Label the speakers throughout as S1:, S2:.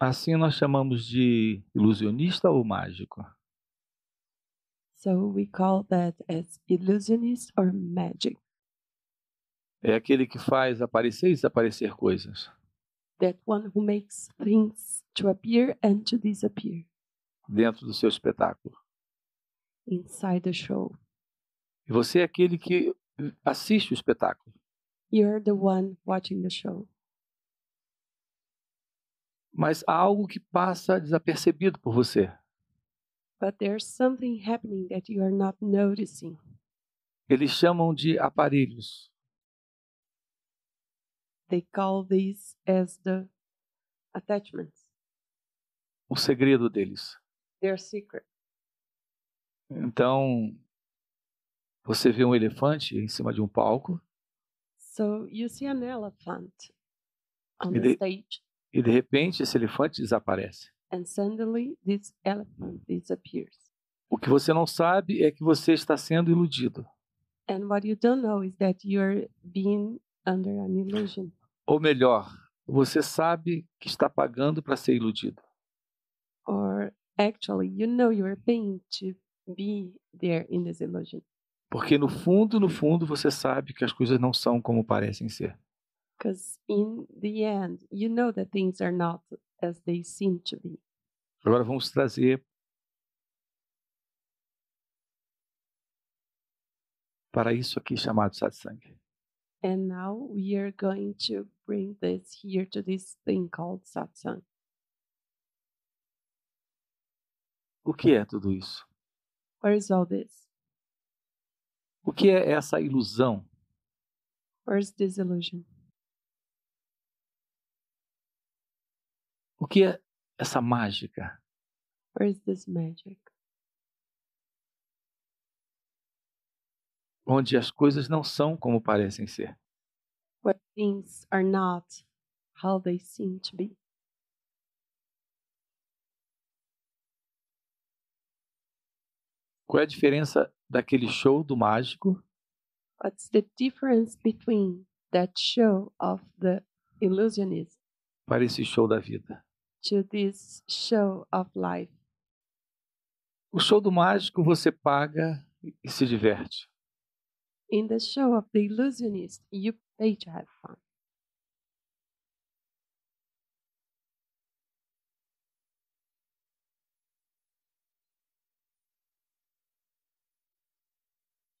S1: Assim nós chamamos de ilusionista ou mágico.
S2: So we call that as illusionist or magic.
S1: É aquele que faz aparecer e desaparecer coisas.
S2: That one who makes things to appear and to disappear
S1: dentro do seu espetáculo.
S2: inside the show.
S1: E você é aquele que assiste o espetáculo.
S2: You're the one watching the show.
S1: Mas há algo que passa desapercebido por você.
S2: But there's something happening that you are not noticing.
S1: Eles chamam de aparelhos.
S2: They call these as the attachments.
S1: O segredo deles.
S2: They're secret.
S1: Então, você vê um elefante em cima de um palco
S2: So you see an elephant on
S1: E
S2: the
S1: de-
S2: stage,
S1: e de repente esse elefante desaparece.
S2: and suddenly this elephant disappears.
S1: O que você não sabe é que você está sendo iludido.
S2: And what you don't know is that you're being under an illusion.
S1: Ou melhor, você sabe que está pagando para ser iludido.
S2: Or actually, you know you are paying to be there in this illusion.
S1: Porque no fundo, no fundo, você sabe que as coisas não são como parecem ser.
S2: Because in the end, you know that things are not as they seem to be.
S1: Agora vamos trazer para isso aqui chamado satsang.
S2: And now we are going to bring this here to this thing called satsang.
S1: O que é tudo isso?
S2: Where is all this?
S1: O que é essa ilusão?
S2: Where is this illusion?
S1: O que é essa mágica?
S2: Where is this magic?
S1: Onde as coisas não são como parecem ser.
S2: Where things are not how they seem to be.
S1: Qual é a diferença daquele show do mágico
S2: What's the difference between that show of the illusionist
S1: para esse show da vida?
S2: to this show of life?
S1: O show do mágico você paga e se diverte.
S2: In the show of the illusionist, you pay to have fun.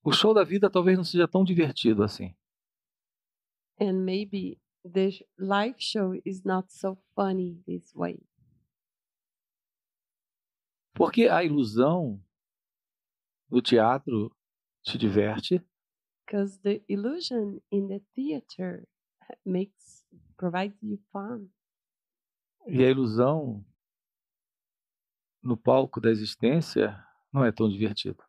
S1: O show da vida talvez não seja tão divertido assim.
S2: and maybe the sh- live show is not so funny this way
S1: Porque a ilusão do teatro te diverte,
S2: because the illusion in the theater ha- makes provides you fun
S1: E a ilusão no palco da existência não é tão divertida.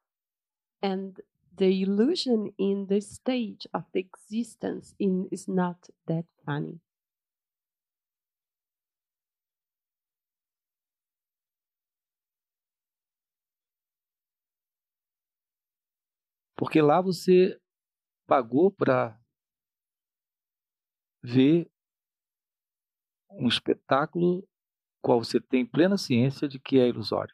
S2: and the illusion in the stage of the existence in is not that funny
S1: Porque lá você pagou para ver um espetáculo qual você tem plena ciência de que é ilusório.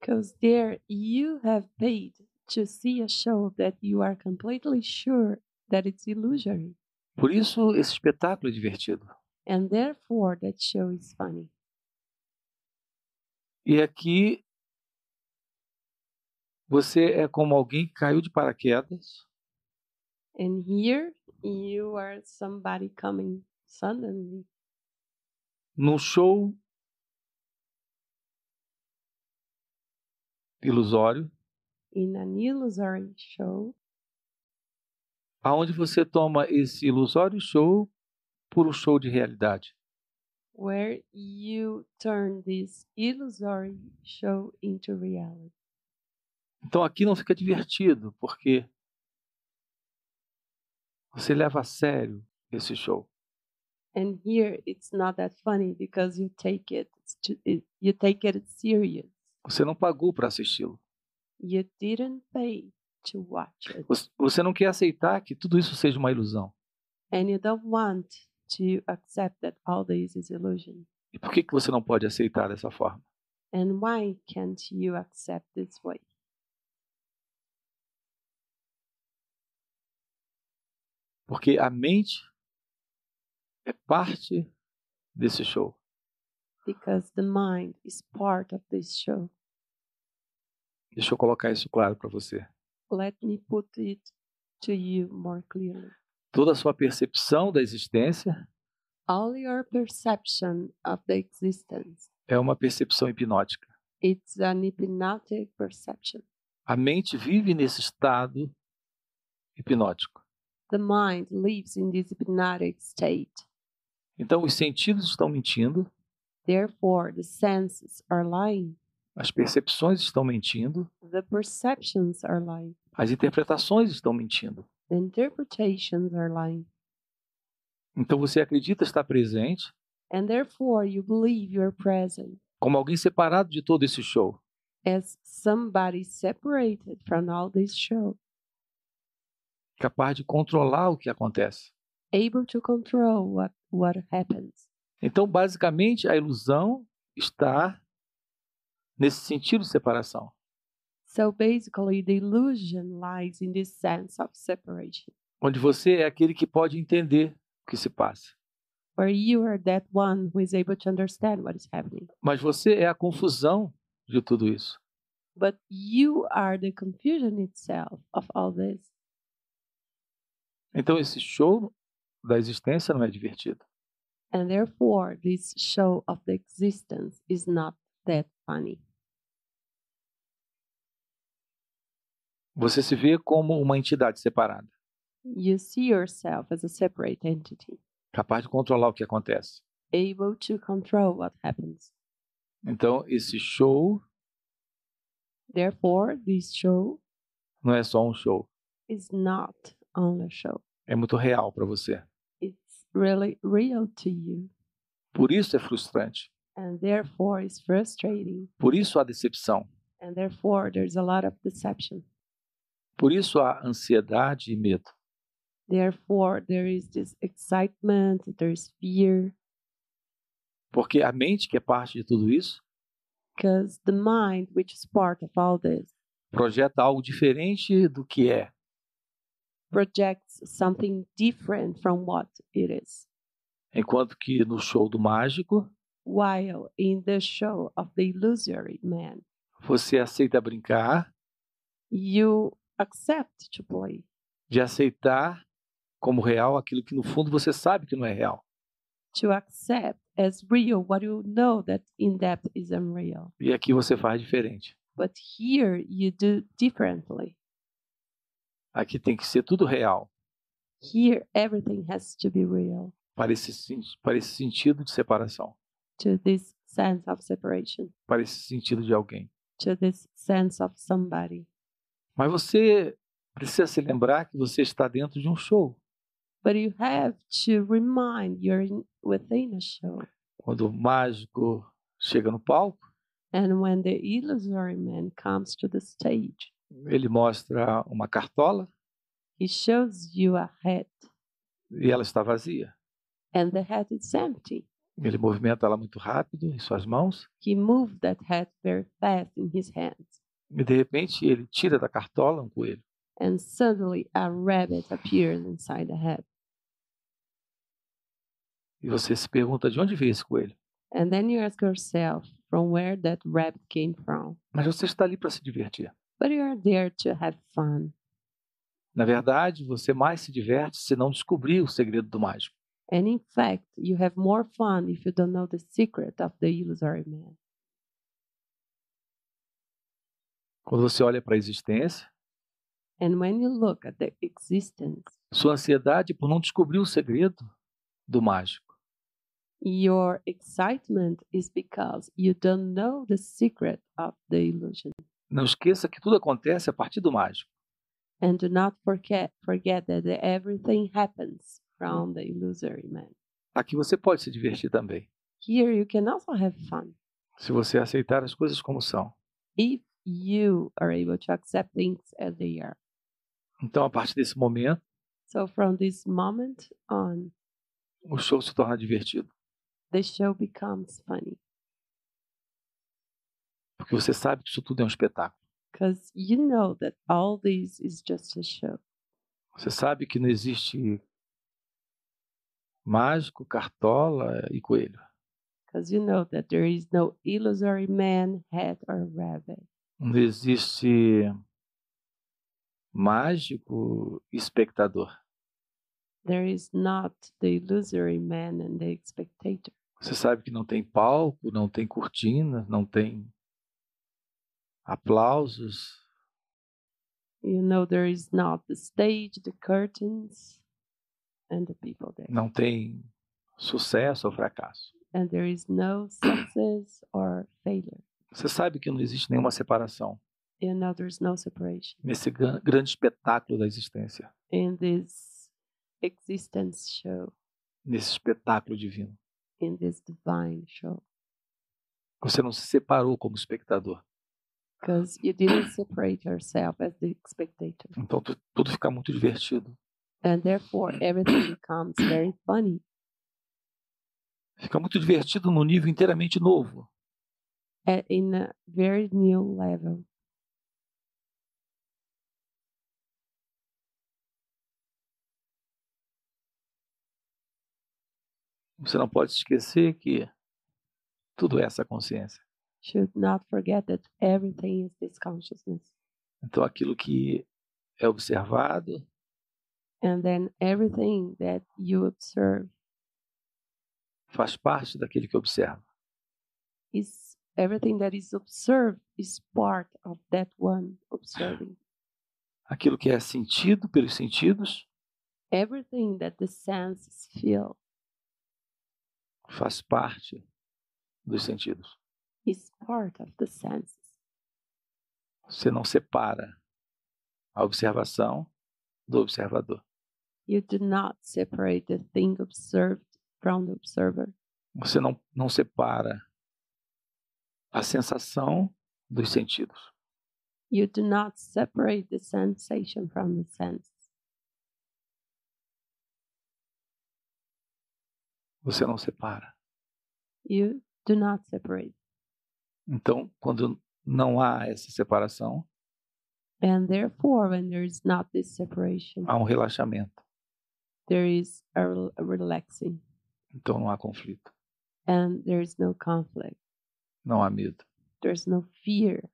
S2: because there you have paid to see a show that you are completely sure that it's illusory
S1: Por isso, esse espetáculo é divertido.
S2: and therefore that show is funny
S1: E aqui você é como alguém que caiu de paraquedas
S2: And here you are somebody coming suddenly
S1: num show ilusório
S2: in an illusory show
S1: aonde você toma esse ilusório show por um show de realidade.
S2: where you turn this illusory show into reality.
S1: Então aqui não fica divertido, porque você leva a sério esse show.
S2: And here it's not that funny because you take it, stu- it you take it serious.
S1: Você não pagou para assisti-lo.
S2: You didn't pay to watch it
S1: Você- Você não quer aceitar que tudo isso seja uma ilusão.
S2: and you don't want to accept that all this is illusion.
S1: E por que, que você não pode aceitar dessa forma?
S2: And why can't you accept this way?
S1: Porque a mente é parte desse show.
S2: Because the mind is part of this show.
S1: Deixa eu colocar isso claro para você.
S2: Let me put it to you more clearly.
S1: Toda a sua percepção da existência
S2: All your perception of the existence,
S1: é uma percepção hipnótica.
S2: it's an hypnotic perception.
S1: A mente vive nesse estado hipnótico.
S2: The mind lives in this hypnotic state.
S1: Então, os sentidos estão mentindo,
S2: Therefore, the senses are lying,
S1: as percepções estão mentindo,
S2: the perceptions are lying,
S1: as interpretações estão mentindo.
S2: the interpretations are lying.
S1: Então, você acredita estar presente
S2: And therefore, you believe you're present
S1: como alguém separado de todo esse show.
S2: as somebody separated from all this show,
S1: capaz de controlar o que acontece.
S2: able to control what, what happens.
S1: Então, basicamente, a ilusão está nesse sentido de separação.
S2: So basically, the illusion lies in this sense of separation,
S1: onde você é aquele que pode entender o que se passa.
S2: where you are that one who is able to understand what is happening.
S1: Mas você é a confusão de tudo isso.
S2: But you are the confusion itself of all this.
S1: Então esse show da existência não é divertido.
S2: And therefore, this show of the existence is not that funny.
S1: Você se vê como uma entidade separada,
S2: You see yourself as a separate entity,
S1: capaz de controlar o que acontece.
S2: able to control what happens.
S1: Então esse show
S2: Therefore, this show
S1: não é só um show,
S2: is not only a show,
S1: é muito real para você.
S2: it's really real to you.
S1: Por isso é frustrante.
S2: And therefore, it's frustrating.
S1: Por isso há decepção.
S2: And therefore, there's a lot of deception.
S1: Por isso há ansiedade e medo.
S2: Therefore, there is this excitement, there's fear,
S1: Porque a mente, que é parte de tudo isso,
S2: because the mind, which is part of all this,
S1: projeta algo diferente do que é.
S2: projects something different from what it is.
S1: Enquanto que no show do mágico,
S2: While in the show of the illusory man,
S1: você aceita brincar,
S2: you accept to play,
S1: de aceitar como real aquilo que no fundo você sabe que não é real.
S2: to accept as real what you know that in depth is unreal.
S1: E aqui você faz diferente.
S2: But here you do differently.
S1: Aqui tem que ser tudo real,
S2: Here, everything has to be real
S1: para esse, sen- para esse sentido de separação,
S2: to this sense of separation,
S1: para esse sentido de alguém.
S2: to this sense of somebody.
S1: Mas você precisa se lembrar que você está dentro de um show.
S2: But you have to remind you're in, within a show.
S1: Quando o mágico chega no palco,
S2: And when the illusory man comes to the stage,
S1: ele mostra uma cartola
S2: he shows you a head,
S1: e ela está vazia.
S2: and the head is empty.
S1: Ele movimenta ela muito rápido em suas mãos
S2: He moved that head very fast in his hands,
S1: e de repente ele tira da cartola um coelho.
S2: and suddenly a rabbit appears inside the head.
S1: E você se pergunta de onde veio esse coelho.
S2: And then you ask yourself from where that rabbit came from.
S1: Mas você está ali para se divertir.
S2: But you are there to have fun.
S1: Na verdade, você mais se diverte se não descobrir o segredo do mágico.
S2: And in fact, you have more fun if you don't know the secret of the illusory man.
S1: Quando você olha para a existência,
S2: And when you look at the existence,
S1: sua ansiedade por não descobrir o segredo do mágico
S2: your excitement is because you don't know the secret of the illusion.
S1: Não esqueça que tudo acontece a partir do mágico.
S2: And do not forget forget that everything happens from the illusory man.
S1: Aqui você pode se divertir também,
S2: Here you can also have fun
S1: se você aceitar as coisas como são.
S2: if you are able to accept things as they are.
S1: Então, a partir desse momento,
S2: So from this moment on,
S1: o show se torna divertido.
S2: the show becomes funny
S1: Porque você sabe que isso tudo é um espetáculo.
S2: because you know that all this is just a show.
S1: Você sabe que não existe mágico, cartola e coelho.
S2: Because you know that there is no illusory man, hat, or rabbit.
S1: Não existe mágico e espectador.
S2: There is not the illusory man and the spectator.
S1: Você sabe que não tem palco, não tem cortina, não tem aplausos,
S2: You know there is not the stage, the curtains, and the people there.
S1: não tem sucesso ou fracasso.
S2: And there is no success or failure.
S1: Você sabe que não existe nenhuma separação
S2: You know there's no separation
S1: nesse gran- grande espetáculo da existência,
S2: in this existence show,
S1: nesse espetáculo divino.
S2: in this divine show.
S1: Você não se separou como espectador.
S2: Because you didn't separate yourself as the spectator.
S1: Então tu- tudo fica muito divertido,
S2: And therefore, everything becomes very funny.
S1: fica muito divertido num nível inteiramente novo.
S2: at, in a very new level.
S1: Você não pode esquecer que tudo é essa consciência.
S2: Should not forget that everything is this consciousness.
S1: Então aquilo que é observado
S2: And then everything that you observe
S1: faz parte daquele que observa.
S2: is everything that is observed is part of that one observing.
S1: Aquilo que é sentido pelos sentidos
S2: Everything that the senses feel
S1: faz parte dos sentidos.
S2: is part of the senses.
S1: Você não separa a observação do observador.
S2: You do not separate the thing observed from the observer.
S1: Você não, não separa a sensação dos sentidos.
S2: You do not separate the sensation from the sense.
S1: Você não separa.
S2: You do not separate.
S1: Então, quando não há essa separação,
S2: And therefore, when there is not this separation,
S1: há um relaxamento.
S2: there is a, rel- a relaxing
S1: Então, não há conflito,
S2: and there is no conflict,
S1: não há medo.
S2: there's no fear.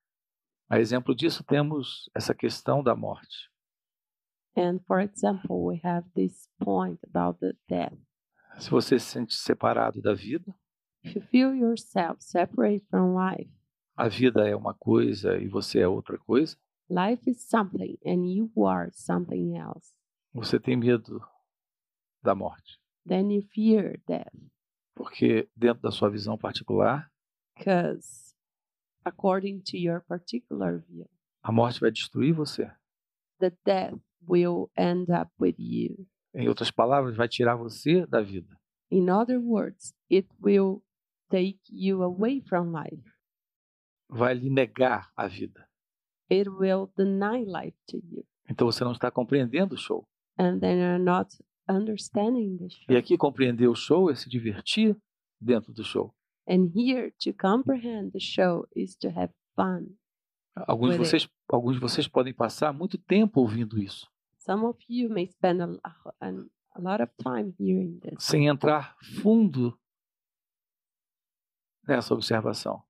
S1: A exemplo disso, temos essa questão da morte.
S2: And for example, we have this point about the death.
S1: Se você se sente separado da vida,
S2: If you feel yourself separate from life,
S1: a vida é uma coisa e você é outra coisa,
S2: life is something and you are something else,
S1: você tem medo da morte.
S2: then you fear death.
S1: Porque, dentro da sua visão particular,
S2: Because according to your particular view,
S1: a morte vai destruir você.
S2: the death will end up with you.
S1: Em outras palavras, vai tirar você da vida.
S2: In other words, it will take you away from life.
S1: Vai lhe negar a vida.
S2: It will deny life to you.
S1: Então você não está compreendendo o show.
S2: And then you're not understanding the
S1: E
S2: show.
S1: aqui compreender o show é se divertir dentro do show.
S2: And here, to comprehend the show is to have fun.
S1: Alguns de
S2: Pois é.
S1: vocês, alguns de vocês podem passar muito tempo ouvindo isso,
S2: Some of you may spend a, lo- an- a lot of time hearing this
S1: sem entrar fundo nessa observação,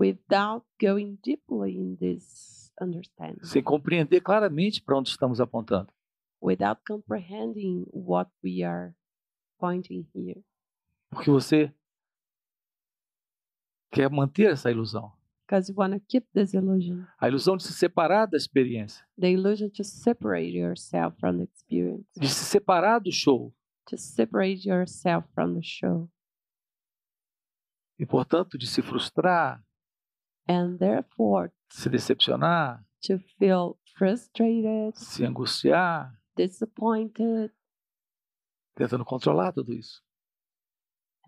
S2: without going deeply in this understanding,
S1: sem compreender claramente para onde estamos apontando.
S2: without comprehending what we are pointing here.
S1: Porque você quer manter essa ilusão
S2: Because you want to keep this illusion
S1: a ilusão de se separar da experiência,
S2: the illusion to separate yourself from the experience.
S1: de se separar do show.
S2: to separate yourself from the show
S1: E, portanto, de se frustrar,
S2: and therefore
S1: se decepcionar,
S2: to feel frustrated,
S1: se angustiar,
S2: disappointed,
S1: tentando controlar tudo isso.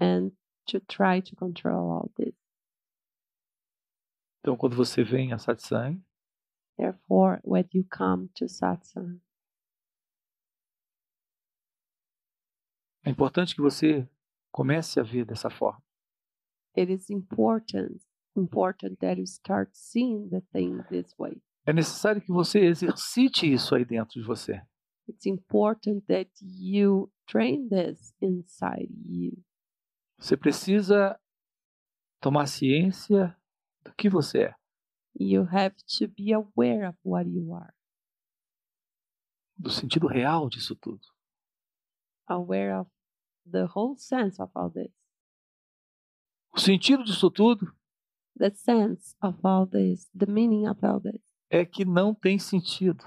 S2: and to try to control all this.
S1: Então, quando você vem a satsang,
S2: Therefore, when you come to satsang,
S1: é importante que você Comece a ver dessa forma.
S2: It is important important that you start seeing the thing this way.
S1: É necessário que você exercite isso aí dentro de você.
S2: It's important that you train this inside you.
S1: Você precisa tomar ciência do que você é,
S2: You have to be aware of what you are,
S1: do sentido real disso tudo.
S2: aware of the whole sense of all this.
S1: O sentido disso tudo
S2: The sense of all this, the meaning of all this,
S1: é que não tem sentido.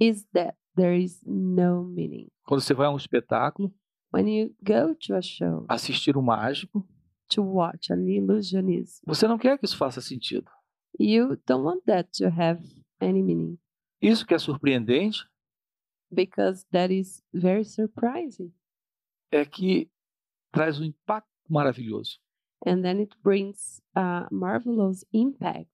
S2: is that there is no meaning.
S1: Quando você vai a um espetáculo,
S2: When you go to a show
S1: assistir um mágico,
S2: to watch an illusionist,
S1: você não quer que isso faça sentido.
S2: you don't want that to have any meaning
S1: Isso que é surpreendente
S2: because that is very surprising.
S1: é que traz um impacto maravilhoso.
S2: And then it brings a marvelous impact,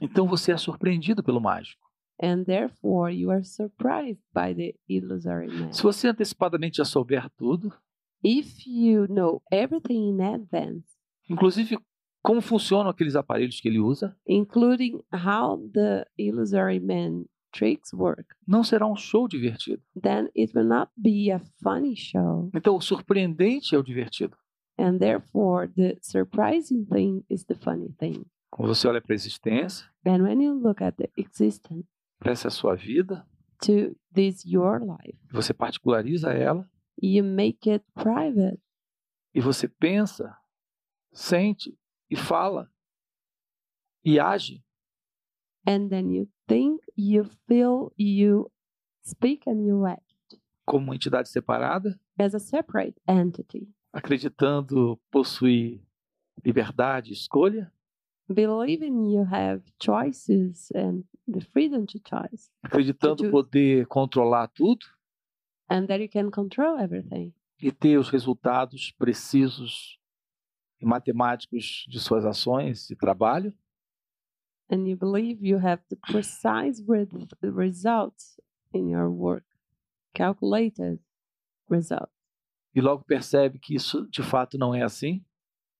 S1: Então você é surpreendido pelo mágico.
S2: and therefore you are surprised by the illusory man.
S1: Se você antecipadamente já souber tudo,
S2: If you know everything in advance,
S1: inclusive como funcionam aqueles aparelhos que ele usa,
S2: including how the illusory man tricks work,
S1: não será um show divertido.
S2: then it will not be a funny show.
S1: Então o surpreendente é o divertido.
S2: And therefore, the surprising thing is the funny thing.
S1: Quando você olha para a existência,
S2: And when you look at the existence
S1: para essa sua vida,
S2: to this your life,
S1: você particulariza ela
S2: you make it private.
S1: e você pensa, sente e fala e age
S2: And then you think, you feel, you speak, and you act
S1: como uma entidade separada,
S2: as a separate entity,
S1: acreditando possuir liberdade, escolha,
S2: believing you have choices and the freedom to choose,
S1: acreditando
S2: Tudo.
S1: poder controlar tudo
S2: and that you can control everything
S1: e ter os resultados precisos e matemáticos de suas ações de trabalho.
S2: and you believe you have the precise re- results in your work, calculated results.
S1: e logo percebe que isso de fato não é assim,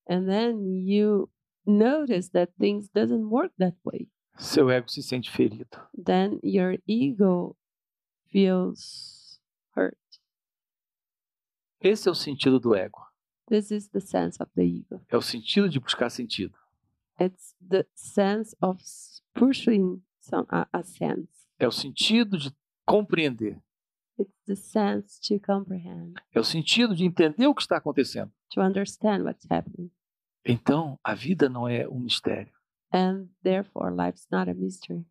S2: And then you notice that things doesn't work that way.
S1: seu ego se sente ferido.
S2: Then your ego feels hurt.
S1: Esse é o sentido do ego.
S2: This is the sense of the ego.
S1: É o sentido de buscar sentido.
S2: It's the sense of s- pushing some a, a sense.
S1: É o sentido de compreender.
S2: It's the sense to comprehend,
S1: É o sentido de entender o que está acontecendo.
S2: to understand what's happening.
S1: Então, a vida não é um mistério.
S2: And therefore, life's not a mystery.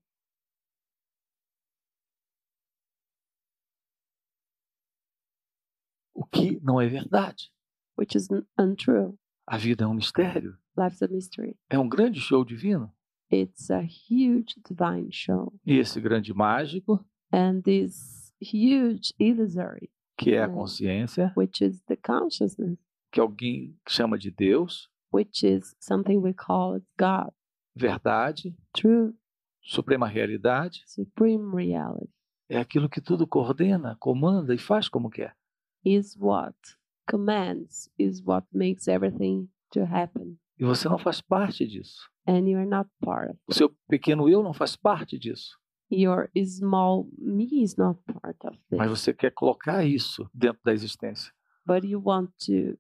S1: O que não é verdade.
S2: which is n- untrue.
S1: A vida é um mistério.
S2: Life's a mystery.
S1: É um grande show divino.
S2: It's a huge divine show.
S1: E esse grande mágico,
S2: And this huge illusory,
S1: que é a
S2: Hum.
S1: consciência,
S2: which is the consciousness,
S1: que alguém chama de Deus,
S2: which is something we call it God,
S1: verdade,
S2: true,
S1: suprema realidade,
S2: supreme reality,
S1: é aquilo que tudo coordena, comanda e faz como quer.
S2: is what commands, is what makes everything to happen.
S1: E você não faz parte disso.
S2: And you are not part of
S1: O seu pequeno eu não faz parte disso.
S2: your small me is not part of this.
S1: Mas você quer colocar isso dentro da existência.
S2: But you want to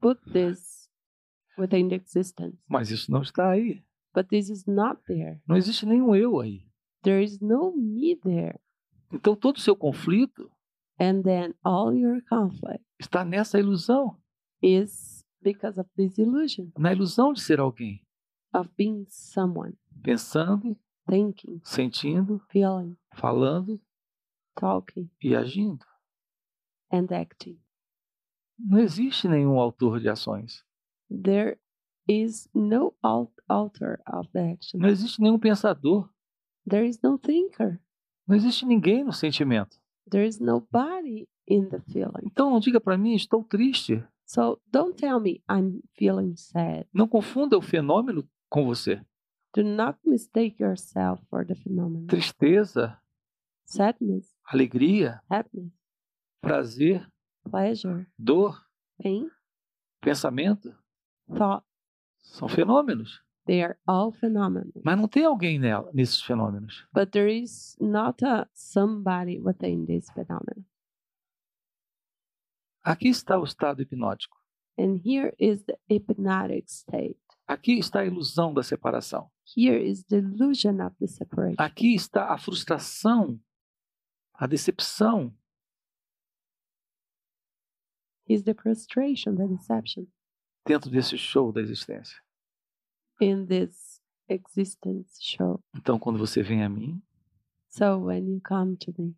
S2: put this within the existence.
S1: Mas isso não está aí.
S2: But this is not there.
S1: Não existe nenhum eu aí.
S2: there is no me there.
S1: Então todo o seu conflito
S2: And then all your conflict
S1: está nessa ilusão
S2: is because of this illusion
S1: na ilusão de ser alguém.
S2: of being someone,
S1: Pensando,
S2: thinking,
S1: sentindo,
S2: feeling,
S1: falando
S2: talking,
S1: e agindo.
S2: and acting.
S1: Não existe nenhum autor de ações.
S2: There is no al- alter of the action.
S1: Não existe nenhum pensador.
S2: There is no thinker.
S1: Não existe ninguém no sentimento.
S2: There is nobody in the feeling.
S1: Então não diga para mim, estou triste.
S2: So don't tell me I'm feeling sad.
S1: Não confunda o fenômeno com você.
S2: Do not mistake yourself for the phenomenon.
S1: Tristeza,
S2: Sadness,
S1: alegria,
S2: happiness,
S1: prazer,
S2: pleasure,
S1: dor,
S2: pain,
S1: pensamento,
S2: thought.
S1: são fenômenos.
S2: They are all phenomena.
S1: Mas não tem alguém nela, nesses fenômenos.
S2: But there is not a somebody within this phenomena.
S1: Aqui está o estado hipnótico.
S2: And here is the hypnotic state.
S1: Aqui está a ilusão da separação.
S2: Here is the illusion of the separation.
S1: Aqui está a frustração, a decepção,
S2: Is the frustration, the deception
S1: dentro desse show da existência.
S2: in this existence show.
S1: Então, quando você vem a mim,
S2: So when you come to me,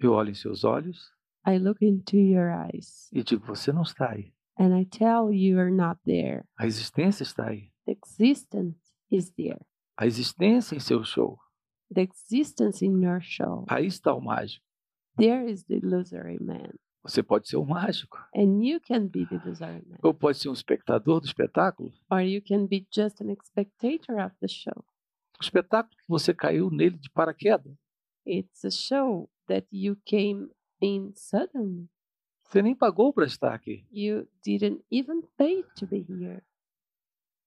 S1: eu olho em seus olhos
S2: I look into your eyes
S1: e digo: você não está aí.
S2: and I tell you are not there.
S1: A existência está aí.
S2: The existence is there.
S1: A existência em seu show.
S2: The existence in your show.
S1: Aí está o mágico.
S2: There is the illusory man.
S1: Você pode ser um mágico,
S2: And you can be the illusory man.
S1: ou pode ser um espectador do espetáculo.
S2: Or you can be just an spectator of the show.
S1: O espetáculo que você caiu nele de paraquedas.
S2: It's a show that you came in suddenly.
S1: Você nem pagou para estar aqui.
S2: You didn't even pay to be here.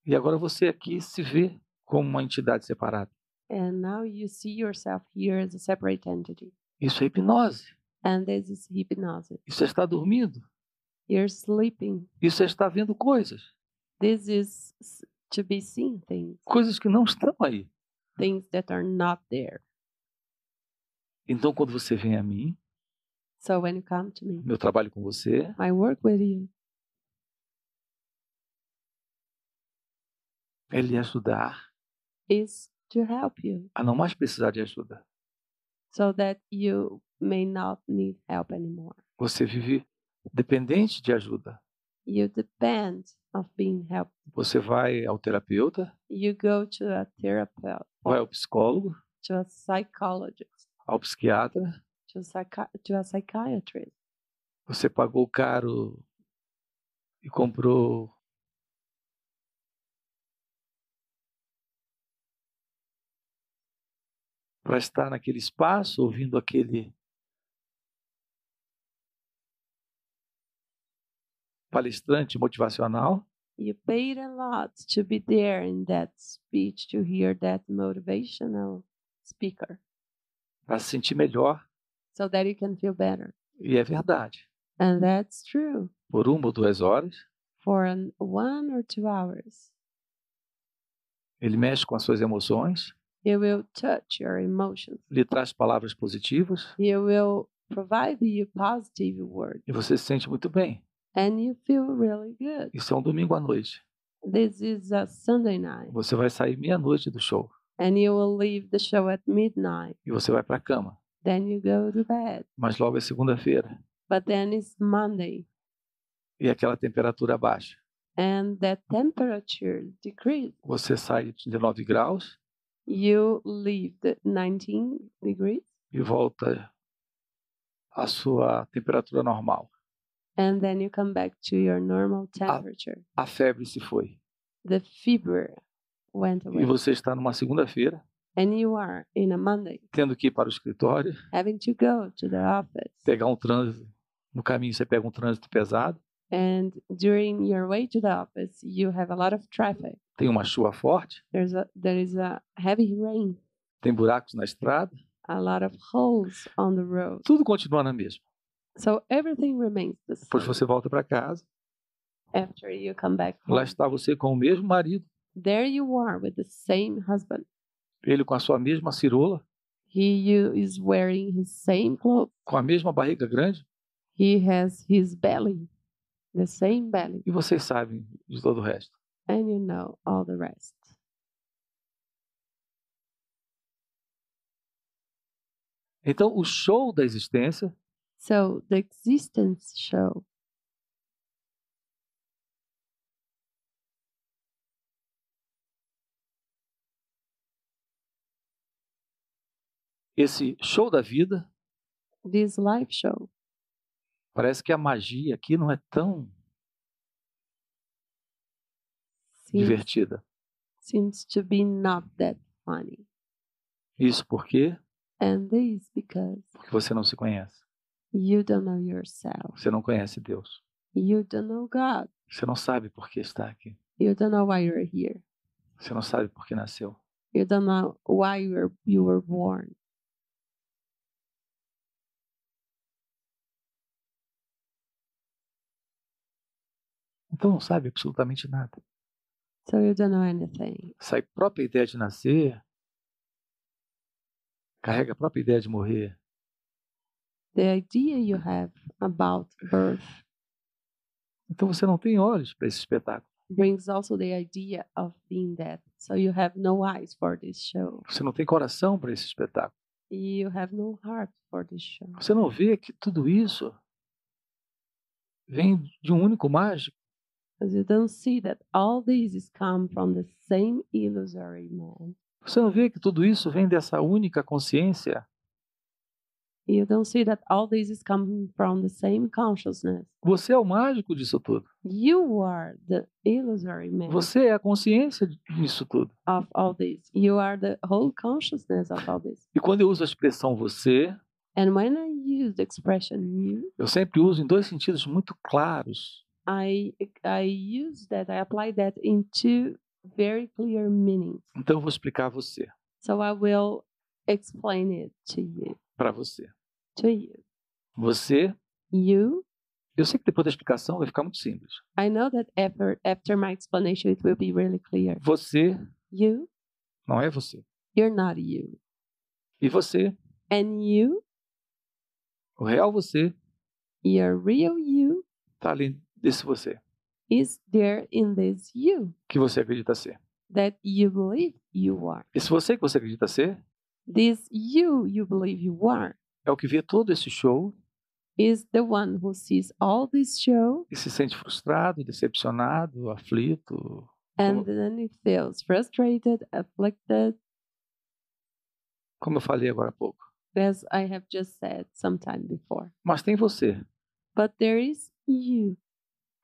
S1: E agora você aqui se vê como uma entidade separada.
S2: And now you see yourself here as a separate entity.
S1: Isso é hipnose.
S2: And this is hypnosis.
S1: Isso é estar dormindo.
S2: You're sleeping.
S1: Isso é estar vendo coisas.
S2: This is s- to be seen things,
S1: Coisas que não estão aí.
S2: things that are not there.
S1: Então, quando você vem a mim,
S2: So when you come to me,
S1: meu trabalho com você,
S2: I work with you
S1: é lhe ajudar
S2: is to help you
S1: a não mais precisar de ajuda.
S2: so that you may not need help anymore.
S1: Você vive dependente de ajuda.
S2: You depend of being helped.
S1: Você vai ao terapeuta,
S2: You go to a therapist,
S1: vai ao psicólogo,
S2: to a psychologist,
S1: ao psiquiatra.
S2: to a, psychi- to a psychiatrist.
S1: Você pagou caro e comprou para estar naquele espaço, ouvindo aquele palestrante motivacional,
S2: You paid a lot to be there in that speech to hear that motivational speaker
S1: para se sentir melhor.
S2: so that you can feel better.
S1: E é verdade.
S2: And that's true.
S1: Por uma ou duas horas,
S2: for an one or two hours.
S1: ele mexe com as suas emoções,
S2: He will touch your emotions.
S1: lhe traz palavras positivas
S2: He will provide you positive words,
S1: e você se sente muito bem.
S2: and you feel really good.
S1: Isso é um domingo à noite.
S2: This is a Sunday night,
S1: Você vai sair meia-noite do show
S2: and you will leave the show at midnight.
S1: e você vai para a cama.
S2: Then you go to bed.
S1: Mas logo é segunda-feira
S2: But then it's Monday,
S1: e aquela temperatura baixa.
S2: and the temperature decreases.
S1: Você sai de 9 graus
S2: You leave the 19 degrees,
S1: e volta à sua temperatura normal.
S2: and then you come back to your normal temperature.
S1: A febre se foi.
S2: The fever went
S1: E
S2: away,
S1: você está numa segunda-feira,
S2: and you are in a Monday.
S1: tendo que ir para o escritório,
S2: having to go to the office.
S1: pegar um trânsito. No caminho você pega um trânsito pesado,
S2: And during your way to the office, you have a lot of traffic.
S1: tem uma chuva forte,
S2: There's a there is a heavy rain,
S1: tem buracos na estrada,
S2: a lot of holes on the road.
S1: tudo continua na mesma.
S2: So everything remains the
S1: Depois
S2: same
S1: você volta para casa,
S2: after you come back
S1: lá
S2: home.
S1: está você com o mesmo marido,
S2: There you are with the same husband.
S1: ele com a sua mesma cirola,
S2: He you is wearing his same clothes.
S1: com a mesma barriga grande,
S2: He has his belly, the same belly,
S1: e vocês sabem de todo o resto.
S2: and you know all the rest.
S1: Então, o show da existência
S2: So the existence show
S1: esse show da vida,
S2: this life show.
S1: parece que a magia aqui não é tão
S2: seems
S1: divertida.
S2: seems to be not that funny.
S1: Isso porque
S2: And this because
S1: porque você não se conhece,
S2: you don't know yourself.
S1: você não conhece Deus.
S2: You don't know God.
S1: Você não sabe por que está aqui.
S2: You don't know why you're here.
S1: Você não sabe por que nasceu.
S2: You don't know why you were, you were born.
S1: Então não sabe absolutamente nada.
S2: So you don't know anything.
S1: Essa própria ideia de nascer carrega a própria ideia de morrer.
S2: The idea you have about birth
S1: Então você não tem olhos para esse espetáculo.
S2: brings also the idea of being dead. So you have no eyes for this show.
S1: Você não tem coração para esse espetáculo.
S2: You have no heart for this show.
S1: Você não vê que tudo isso vem de um único mágico.
S2: Because you don't see that all these is come from the same illusory man.
S1: Você não vê que tudo isso vem dessa única consciência
S2: You don't see that all this is coming from the same consciousness.
S1: Você é o mágico disso tudo.
S2: You are the illusory man
S1: Você é a consciência disso tudo.
S2: of all this. You are the whole consciousness of all this.
S1: E quando eu uso a expressão você,
S2: And when I use the expression you,
S1: eu sempre uso em dois sentidos muito claros.
S2: I I use that I apply that in two very clear meanings.
S1: Então eu vou explicar você,
S2: So I will explain it to you.
S1: para você.
S2: To you.
S1: Você,
S2: You
S1: eu sei que depois da explicação vai ficar muito simples.
S2: I know that after after my explanation it will be really clear.
S1: Você
S2: You,
S1: não é você.
S2: you're not you.
S1: E você,
S2: And you,
S1: o real você,
S2: your real you
S1: está além desse você
S2: is there in this you
S1: que você acredita ser.
S2: that you believe you are.
S1: Esse você que você acredita ser
S2: This you you believe you are
S1: é o que vê todo esse show
S2: is the one who sees all this show
S1: e se sente frustrado, decepcionado, aflito.
S2: and then he feels frustrated, afflicted,
S1: Como eu falei agora há pouco.
S2: as I have just said sometime before.
S1: Mas tem você,
S2: But there is you,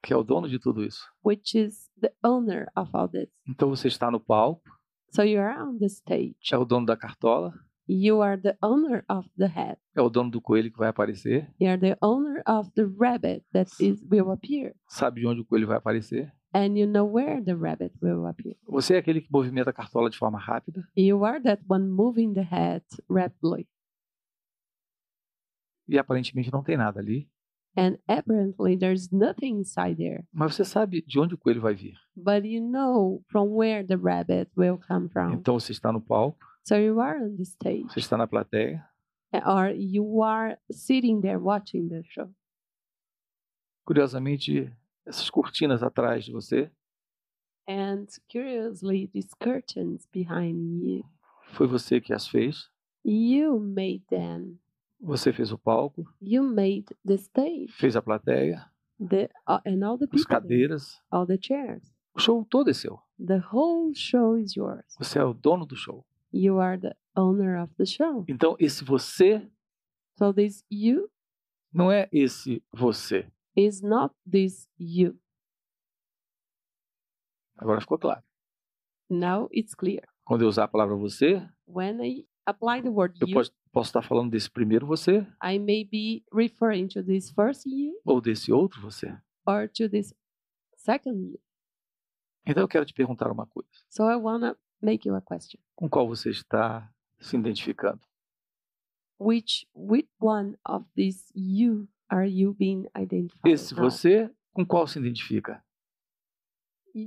S1: que é o dono de tudo isso.
S2: which is the owner of all this.
S1: Então você está no palco,
S2: So you are on the stage.
S1: é o dono da cartola,
S2: You are the owner of the head.
S1: é o dono do coelho que vai aparecer,
S2: You are the owner of the rabbit that is will appear.
S1: sabe de onde o coelho vai aparecer.
S2: And you know where the rabbit will appear.
S1: Você é aquele que movimenta a cartola de forma rápida
S2: You are that one moving the head rapidly.
S1: e aparentemente não tem nada ali,
S2: And apparently there's nothing inside there.
S1: mas você sabe de onde o coelho vai vir.
S2: But you know from where the rabbit will come from.
S1: Então você está no palco,
S2: So you are on the stage.
S1: você está na plateia,
S2: Or you are sitting there watching the show.
S1: curiosamente essas cortinas atrás de você
S2: And curiously, these curtains behind you,
S1: foi você que as fez.
S2: you made them.
S1: Você fez o palco,
S2: You made the stage,
S1: fez a plateia,
S2: the uh, and all the
S1: as
S2: people, there,
S1: cadeiras,
S2: all the chairs.
S1: o show todo é seu.
S2: The whole show is yours.
S1: Você é o dono do show.
S2: You are the owner of the show.
S1: Então esse você
S2: So this you
S1: não é esse você.
S2: is not this you.
S1: Agora ficou claro.
S2: Now it's clear.
S1: Quando eu usar a palavra você,
S2: When I apply the word
S1: eu
S2: you,
S1: posso, posso estar falando desse primeiro você
S2: I may be referring to this first you
S1: ou desse outro você.
S2: or to this second you.
S1: Então eu quero te perguntar uma coisa.
S2: So I wanna make you a question.
S1: Com qual você está se identificando?
S2: which which one of these you are you being identified
S1: Esse
S2: now?
S1: você com qual se identifica?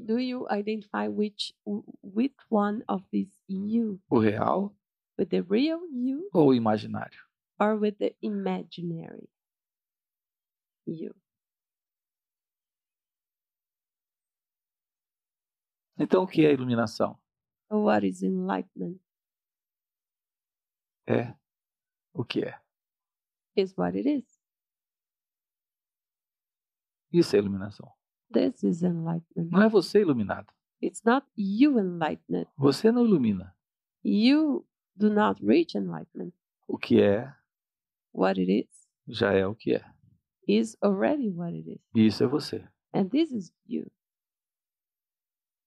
S2: do you identify which with one of these you
S1: O real
S2: with the real you
S1: ou o imaginário?
S2: or with the imaginary you
S1: Então o que é a iluminação?
S2: what is enlightenment
S1: É o que é.
S2: is what it is
S1: Isso é iluminação.
S2: this is enlightenment
S1: Não é você iluminado.
S2: it's not you enlightenment
S1: Você não ilumina.
S2: you do not reach enlightenment
S1: O que é
S2: what it is
S1: já é o que é.
S2: is already what it is
S1: E isso é você.
S2: and this is you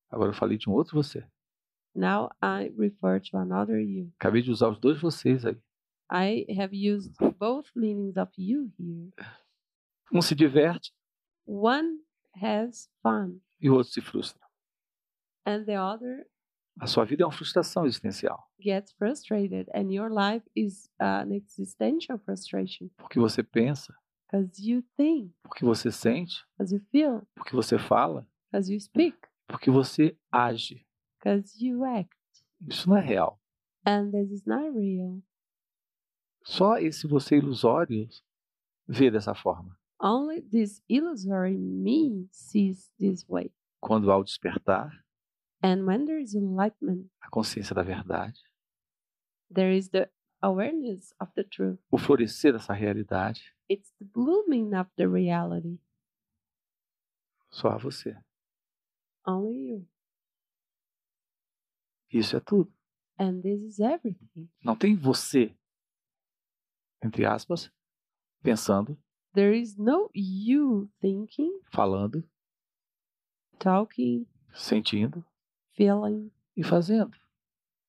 S1: Agora eu falei de um outro você.
S2: now i refer to another you
S1: Acabei de usar os dois vocês aí.
S2: I have used both meanings of you here.
S1: Um se diverte,
S2: One has fun
S1: e o outro se frustra.
S2: and the other
S1: A sua vida é uma frustração existencial,
S2: gets frustrated, and your life is uh, an existential frustration
S1: porque você pensa,
S2: because you think,
S1: porque você sente,
S2: because you feel,
S1: porque você fala,
S2: because you speak,
S1: porque você age.
S2: because you act.
S1: Isso não é real.
S2: And this is not real.
S1: Só esse você ilusório vê dessa forma.
S2: Only this illusory me sees this way.
S1: Quando ao despertar
S2: And when there is enlightenment,
S1: a consciência da verdade,
S2: there is the awareness of the truth.
S1: o florescer dessa realidade,
S2: It's the blooming of the reality.
S1: só há você.
S2: Only you.
S1: Isso é tudo.
S2: And this is everything.
S1: Não tem você, entre aspas, pensando,
S2: There is no you thinking,
S1: falando,
S2: talking,
S1: sentindo
S2: feeling,
S1: e fazendo.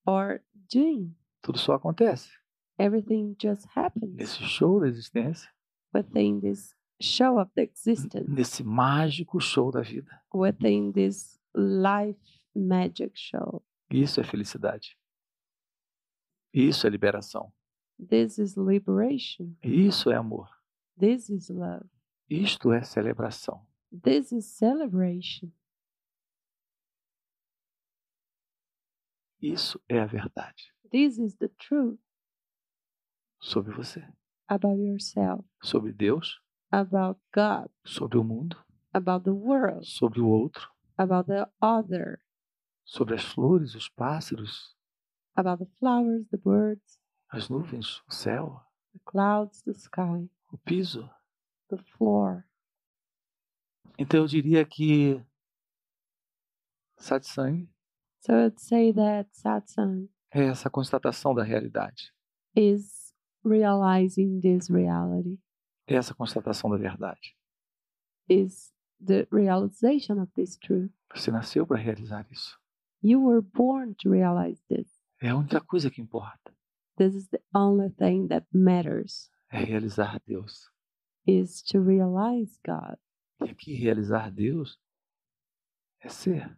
S2: or doing.
S1: Tudo só acontece.
S2: Everything just happens
S1: Nesse show da existência,
S2: within this show of the existence,
S1: nesse mágico show da vida.
S2: within this life magic show.
S1: Isso é felicidade. Isso é liberação.
S2: This is liberation.
S1: Isso é amor.
S2: This is love.
S1: Isto é celebração.
S2: This is celebration.
S1: Isso é a verdade
S2: This is the truth
S1: sobre você,
S2: about yourself,
S1: sobre Deus,
S2: about God,
S1: sobre o mundo,
S2: about the world,
S1: sobre o outro,
S2: about the other,
S1: sobre as flores, os pássaros,
S2: about the flowers, the birds,
S1: as nuvens, o céu,
S2: the clouds, the sky,
S1: o piso.
S2: the floor.
S1: Então eu diria que satsang
S2: So I'd say that satsang
S1: é essa constatação da realidade,
S2: is realizing this reality,
S1: é essa constatação da verdade.
S2: is the realization of this truth.
S1: Você nasceu para realizar isso.
S2: You were born to realize this.
S1: É a única coisa que importa,
S2: This is the only thing that matters
S1: é realizar Deus.
S2: is to realize God.
S1: E aqui realizar Deus é ser,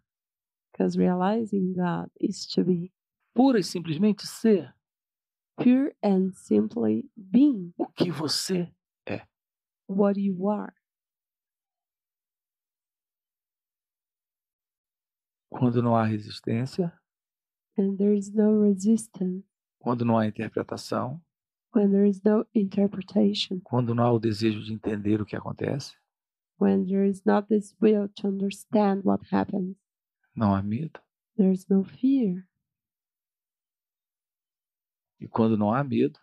S2: Because realizing God is to be
S1: pura e simplesmente ser
S2: pure and simply being
S1: o que você
S2: what you are.
S1: quando não há resistência,
S2: And there is no resistance
S1: quando não há interpretação,
S2: when there is no interpretation,
S1: quando não há o desejo de entender o que acontece,
S2: when there is not this will to understand what happens.
S1: não há medo.
S2: There is no fear.
S1: E quando não há medo,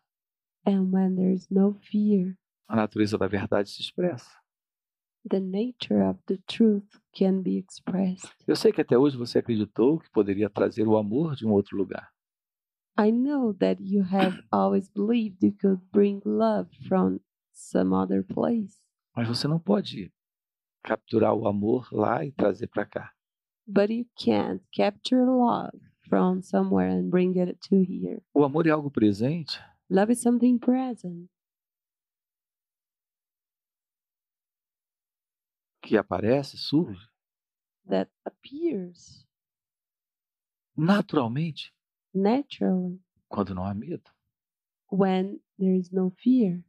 S2: And when there is no fear,
S1: a natureza da verdade se expressa.
S2: the nature of the truth can be expressed.
S1: Eu sei que até hoje você acreditou que poderia trazer o amor de um outro lugar,
S2: I know that you have always believed you could bring love from some other place,
S1: mas você não pode capturar o amor lá e trazer para cá.
S2: but you can't capture love from somewhere and bring it to here.
S1: O amor é algo presente
S2: Love is something present
S1: que aparece, surge
S2: that appears
S1: naturalmente
S2: naturally
S1: quando não há medo.
S2: when there is no fear.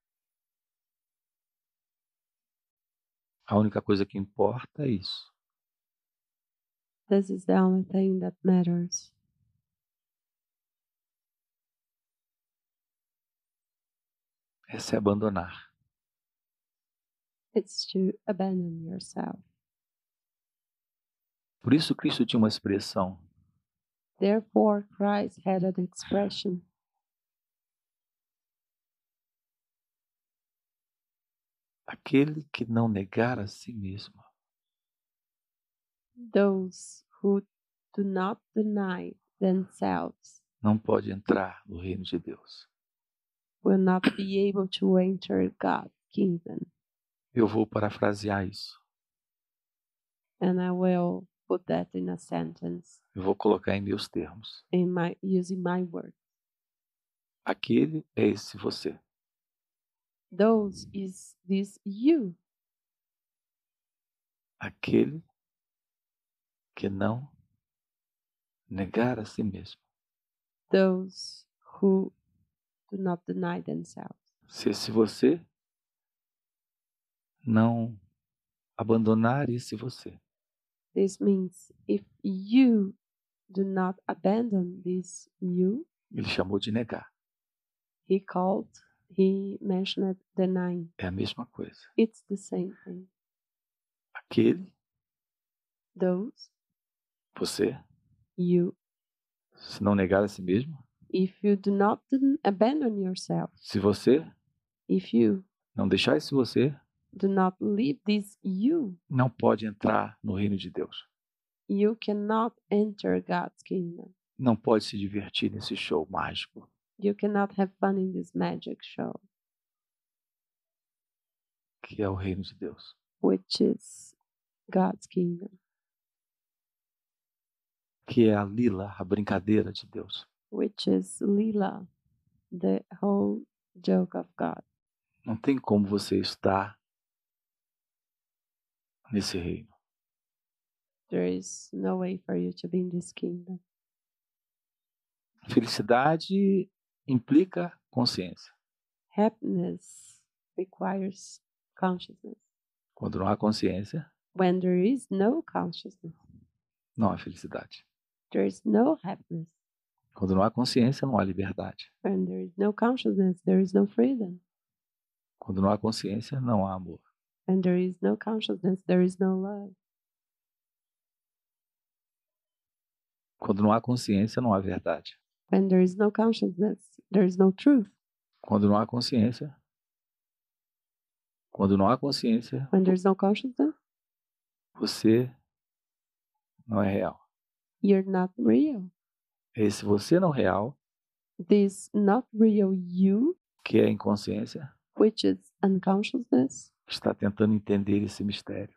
S1: A única coisa que importa é isso.
S2: This is the only thing that matters.
S1: É se abandonar.
S2: It's to abandon yourself.
S1: Por isso Cristo tinha uma expressão:
S2: Therefore, Christ had an expression
S1: aquele que não negar a si mesmo.
S2: those who do not deny themselves
S1: não pode entrar no reino de Deus.
S2: will not be able to enter God's kingdom.
S1: Eu vou parafrasear isso.
S2: And I will put that in a sentence
S1: Eu vou colocar em meus termos.
S2: in my using my word.
S1: Aquele é esse você.
S2: Those is this you
S1: aquele que não negar a si mesmo.
S2: those who do not deny themselves.
S1: Se, se você não abandonar esse você,
S2: This means if you do not abandon this you,
S1: ele chamou de negar.
S2: he called, he mentioned denying.
S1: É a mesma coisa.
S2: It's the same thing.
S1: Aquele,
S2: Those,
S1: você,
S2: you,
S1: se não negar a si mesmo,
S2: if you do not den- abandon yourself,
S1: se você
S2: if you
S1: não deixar esse você,
S2: do not leave this you,
S1: não pode entrar no reino de Deus.
S2: you cannot enter God's kingdom.
S1: Não pode se divertir nesse show mágico.
S2: You cannot have fun in this magic show,
S1: que é o reino de Deus.
S2: which is God's kingdom,
S1: Que é a lila, a brincadeira de Deus.
S2: which is Lila, the whole joke of God.
S1: Não tem como você estar nesse reino.
S2: There is no way for you to be in this kingdom.
S1: Felicidade implica consciência.
S2: Happiness requires consciousness.
S1: Quando não há consciência,
S2: When there is no consciousness,
S1: não há felicidade.
S2: there is no happiness.
S1: Quando não há consciência, não há liberdade.
S2: When there is no consciousness, there is no freedom.
S1: Quando não há consciência, não há amor.
S2: When there is no consciousness, there is no love.
S1: Quando não há consciência, não há verdade.
S2: When there is no consciousness, there is no truth.
S1: Quando não há consciência, quando não há consciência,
S2: When there is no consciousness,
S1: você não é real. É
S2: you're not real.
S1: Esse você não real,
S2: This not real you,
S1: que é a inconsciência,
S2: which is unconsciousness,
S1: está tentando entender esse mistério.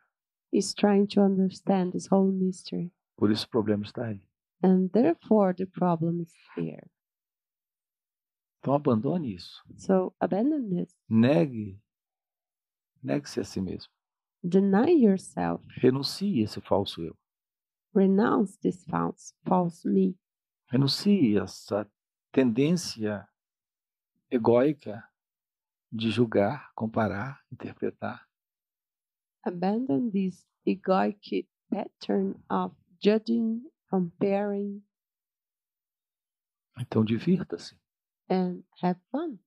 S2: is trying to understand this whole mystery.
S1: Por isso o problema está aí.
S2: And therefore, the problem is here.
S1: Então abandone isso.
S2: So abandon this.
S1: Negue. Negue-se a si mesmo.
S2: Deny yourself.
S1: Renuncie esse falso eu.
S2: Renounce this false, false me.
S1: Renuncie essa tendência egóica de julgar, comparar, interpretar.
S2: Abandon this egoic pattern of judging, comparing,
S1: Então divirta-se.
S2: and have fun.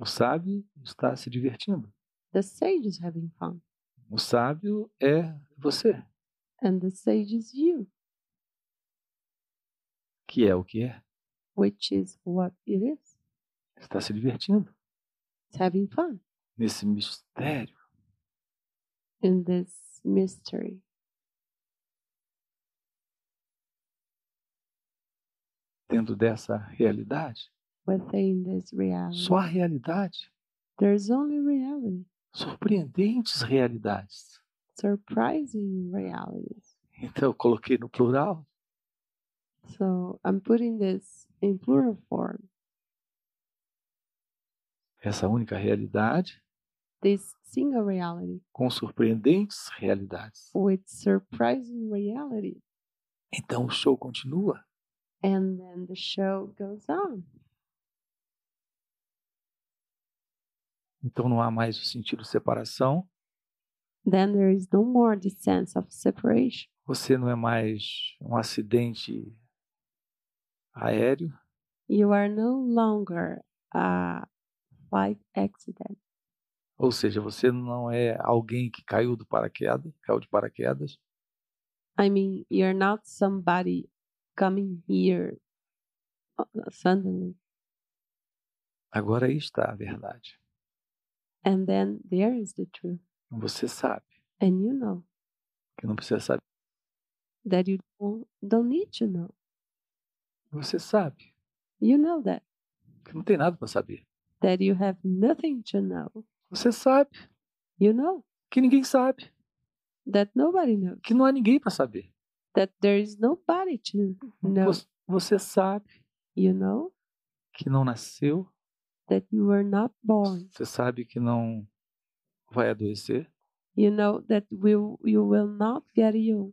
S1: O sábio está se divertindo.
S2: The sage is having fun,
S1: O sábio é você,
S2: and the sage is you,
S1: que é o que é.
S2: which is what it is.
S1: Está se divertindo
S2: It's having fun
S1: nesse mistério.
S2: in this mystery.
S1: Dentro dessa realidade,
S2: Within this reality,
S1: só a realidade,
S2: there's only reality,
S1: surpreendentes realidades.
S2: surprising realities.
S1: Então eu coloquei no plural,
S2: So I'm putting this in plural form.
S1: essa única realidade
S2: This single reality
S1: com surpreendentes realidades.
S2: with surprising reality.
S1: Então o show continua.
S2: And then the show goes on.
S1: Então não há mais o sentido de separação,
S2: Then there is no more the sense of separation.
S1: você não é mais um acidente aéreo,
S2: You are no longer a flight accident.
S1: ou seja, você não é alguém que caiu do paraquedas, caiu de paraquedas,
S2: I mean, you're not somebody coming here uh, suddenly.
S1: Agora aí está a verdade.
S2: And then there is the truth.
S1: Você sabe
S2: And you know
S1: que não precisa saber.
S2: that you don't, don't need to know.
S1: Você sabe
S2: You know that.
S1: que não tem nada para saber.
S2: That you have nothing to know.
S1: Você sabe
S2: You know
S1: que ninguém sabe,
S2: that nobody knows.
S1: que não há ninguém para saber.
S2: That there is nobody to know.
S1: Você- Você sabe
S2: You know
S1: que não nasceu,
S2: that you were not born.
S1: você sabe que não vai adoecer,
S2: You know that will, you will not get ill.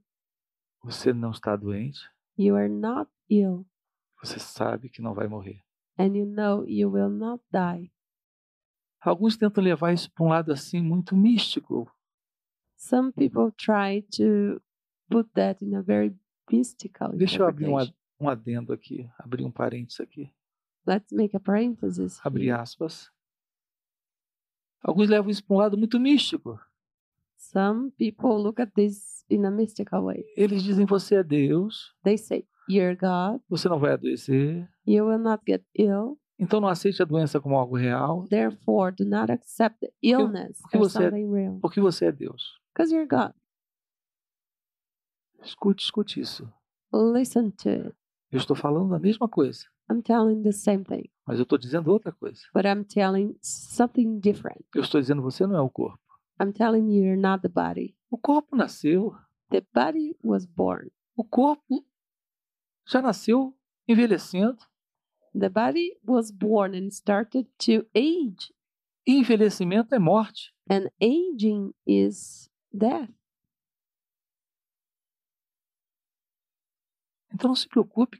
S1: Você não está doente,
S2: You are not ill.
S1: você sabe que não vai morrer.
S2: And you know you will not die.
S1: Alguns tentam levar isso para um lado assim muito místico.
S2: Some people try to put that in a very mystical
S1: Deixa eu abrir um, ad-
S2: interpretation.
S1: um adendo aqui, abrir um parênteses aqui,
S2: Let's make a parenthesis.
S1: abrir
S2: here.
S1: aspas. Alguns levam isso para um lado muito místico.
S2: Some people look at this in a mystical way.
S1: Eles dizem: você é Deus,
S2: They say, You're God,
S1: você não vai adoecer,
S2: you will not get ill,
S1: então não aceite a doença como algo real,
S2: therefore do not accept the illness
S1: porque
S2: as
S1: você é-
S2: something real.
S1: porque você é Deus.
S2: Because you're God.
S1: Escute, escute isso.
S2: Listen to it.
S1: Eu estou falando da mesma coisa,
S2: I'm telling the same thing,
S1: mas eu estou dizendo outra coisa.
S2: but I'm telling something different.
S1: Eu estou dizendo você não é o corpo.
S2: I'm telling you, you're not the body.
S1: O corpo nasceu,
S2: The body was born.
S1: o corpo já nasceu envelhecendo,
S2: The body was born and started to age,
S1: e envelhecimento é morte.
S2: and aging is death.
S1: Então não se preocupe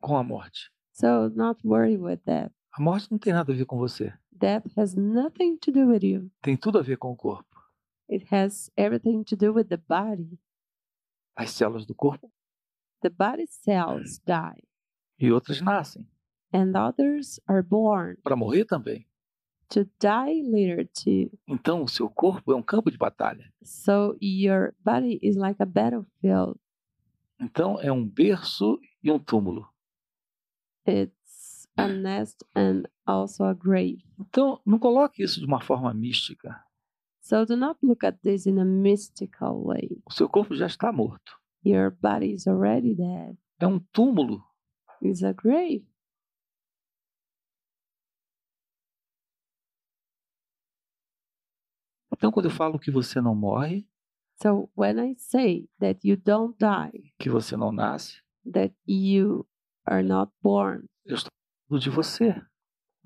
S1: com a morte.
S2: So not worry with that.
S1: A morte não tem nada a ver com você,
S2: Death has nothing to do with you.
S1: tem tudo a ver com o corpo.
S2: It has everything to do with the body.
S1: As células do corpo
S2: The body cells die,
S1: e outras nascem
S2: and others are born
S1: para morrer também.
S2: to die later too.
S1: Então o seu corpo é um campo de batalha.
S2: So your body is like a battlefield.
S1: Então é um berço e um túmulo.
S2: It's a nest and also a grave.
S1: Então não coloque isso de uma forma mística.
S2: So do not look at this in a mystical way.
S1: O seu corpo já está morto.
S2: Your body is already dead.
S1: É um túmulo.
S2: It's a grave.
S1: Então quando eu falo que você não morre,
S2: So when I say that you don't die,
S1: que você não nasce,
S2: that you are not born,
S1: eu estou falando de você.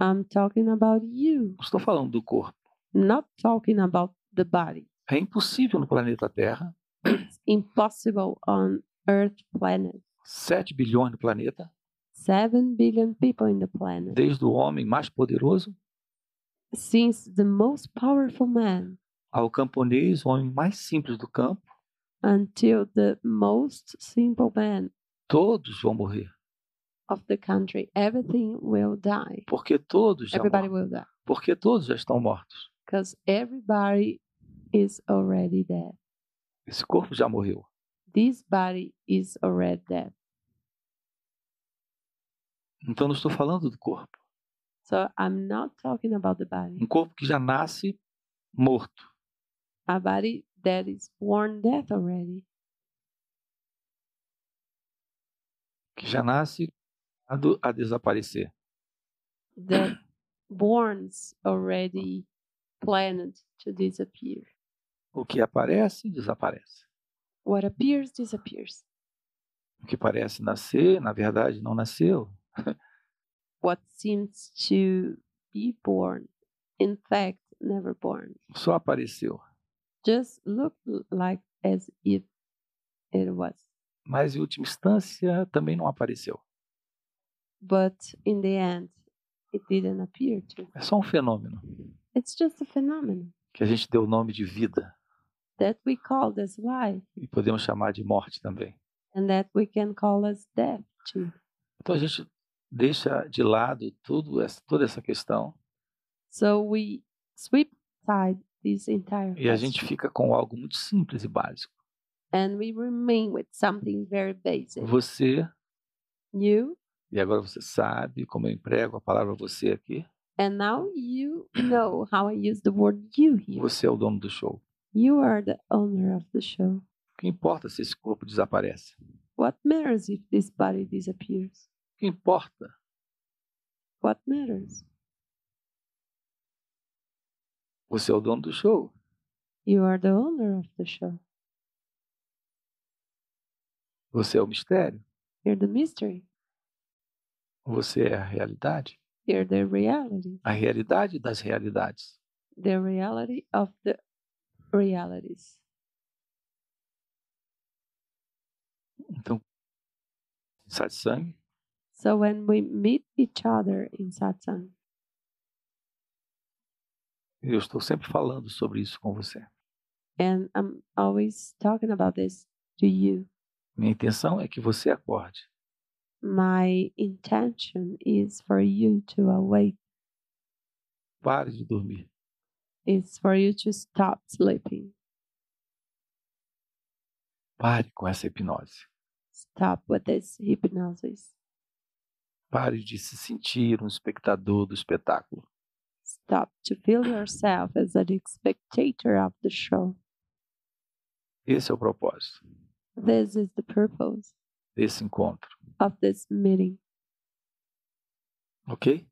S2: I'm talking about you,
S1: Não estou falando do corpo.
S2: not talking about the body.
S1: É impossível no planeta Terra,
S2: It's impossible on Earth planet.
S1: 7 bilhões no planeta,
S2: 7 billion people in the planet.
S1: desde o homem mais poderoso
S2: Since the most powerful man
S1: ao camponês, o homem mais simples do campo,
S2: until the most simple man
S1: todos vão morrer,
S2: of the country, everything will die.
S1: porque todos já
S2: Everybody
S1: morreram,
S2: will die.
S1: porque todos já estão mortos.
S2: because everybody is already dead.
S1: Esse corpo já morreu.
S2: This body is already dead.
S1: Então não estou falando do corpo,
S2: So I'm not talking about the body.
S1: um corpo que já nasce morto.
S2: A body that is born dead already,
S1: que já nasce a, do- a desaparecer.
S2: that born's already planned to disappear.
S1: O que aparece, desaparece.
S2: What appears disappears.
S1: O que parece nascer, na verdade, não nasceu.
S2: What seems to be born, in fact, never born.
S1: Só apareceu.
S2: Just look like as if it was.
S1: Mas, em última instância, também não apareceu.
S2: But in the end, it didn't appear to.
S1: É só um fenômeno
S2: It's just a phenomenon
S1: que a gente deu o nome de vida
S2: that we call this life
S1: e podemos chamar de morte também.
S2: and that we can call as death too.
S1: Então, a gente deixa de lado tudo essa, toda essa questão
S2: So we sweep aside this entire
S1: e a
S2: question
S1: gente fica com algo muito simples e básico.
S2: and we remain with something very basic.
S1: Você,
S2: You
S1: e agora você sabe como eu emprego a palavra você aqui,
S2: and now you know how I use the word you here.
S1: você é o dono do show.
S2: You are the owner of the show.
S1: O que importa se esse corpo desaparece?
S2: What matters if this body disappears?
S1: O que importa
S2: What matters?
S1: Você é o dono do show.
S2: You are the owner of the show.
S1: Você é o mistério.
S2: You're the mystery.
S1: Você é a realidade.
S2: You're the reality.
S1: A realidade das realidades.
S2: The reality of the realities.
S1: Então, satsang,
S2: So when we meet each other in satsang,
S1: eu estou sempre falando sobre isso com você.
S2: and I'm always talking about this to you,
S1: Minha intenção é que você acorde.
S2: my intention is for you to awake,
S1: Pare de dormir.
S2: is for you to stop sleeping,
S1: Pare com essa hipnose.
S2: stop with this hypnosis,
S1: Pare de se sentir um espectador do espetáculo.
S2: stop to feel yourself as an spectator of the show.
S1: Esse é o propósito
S2: This is the purpose
S1: desse encontro,
S2: of this meeting.
S1: ok?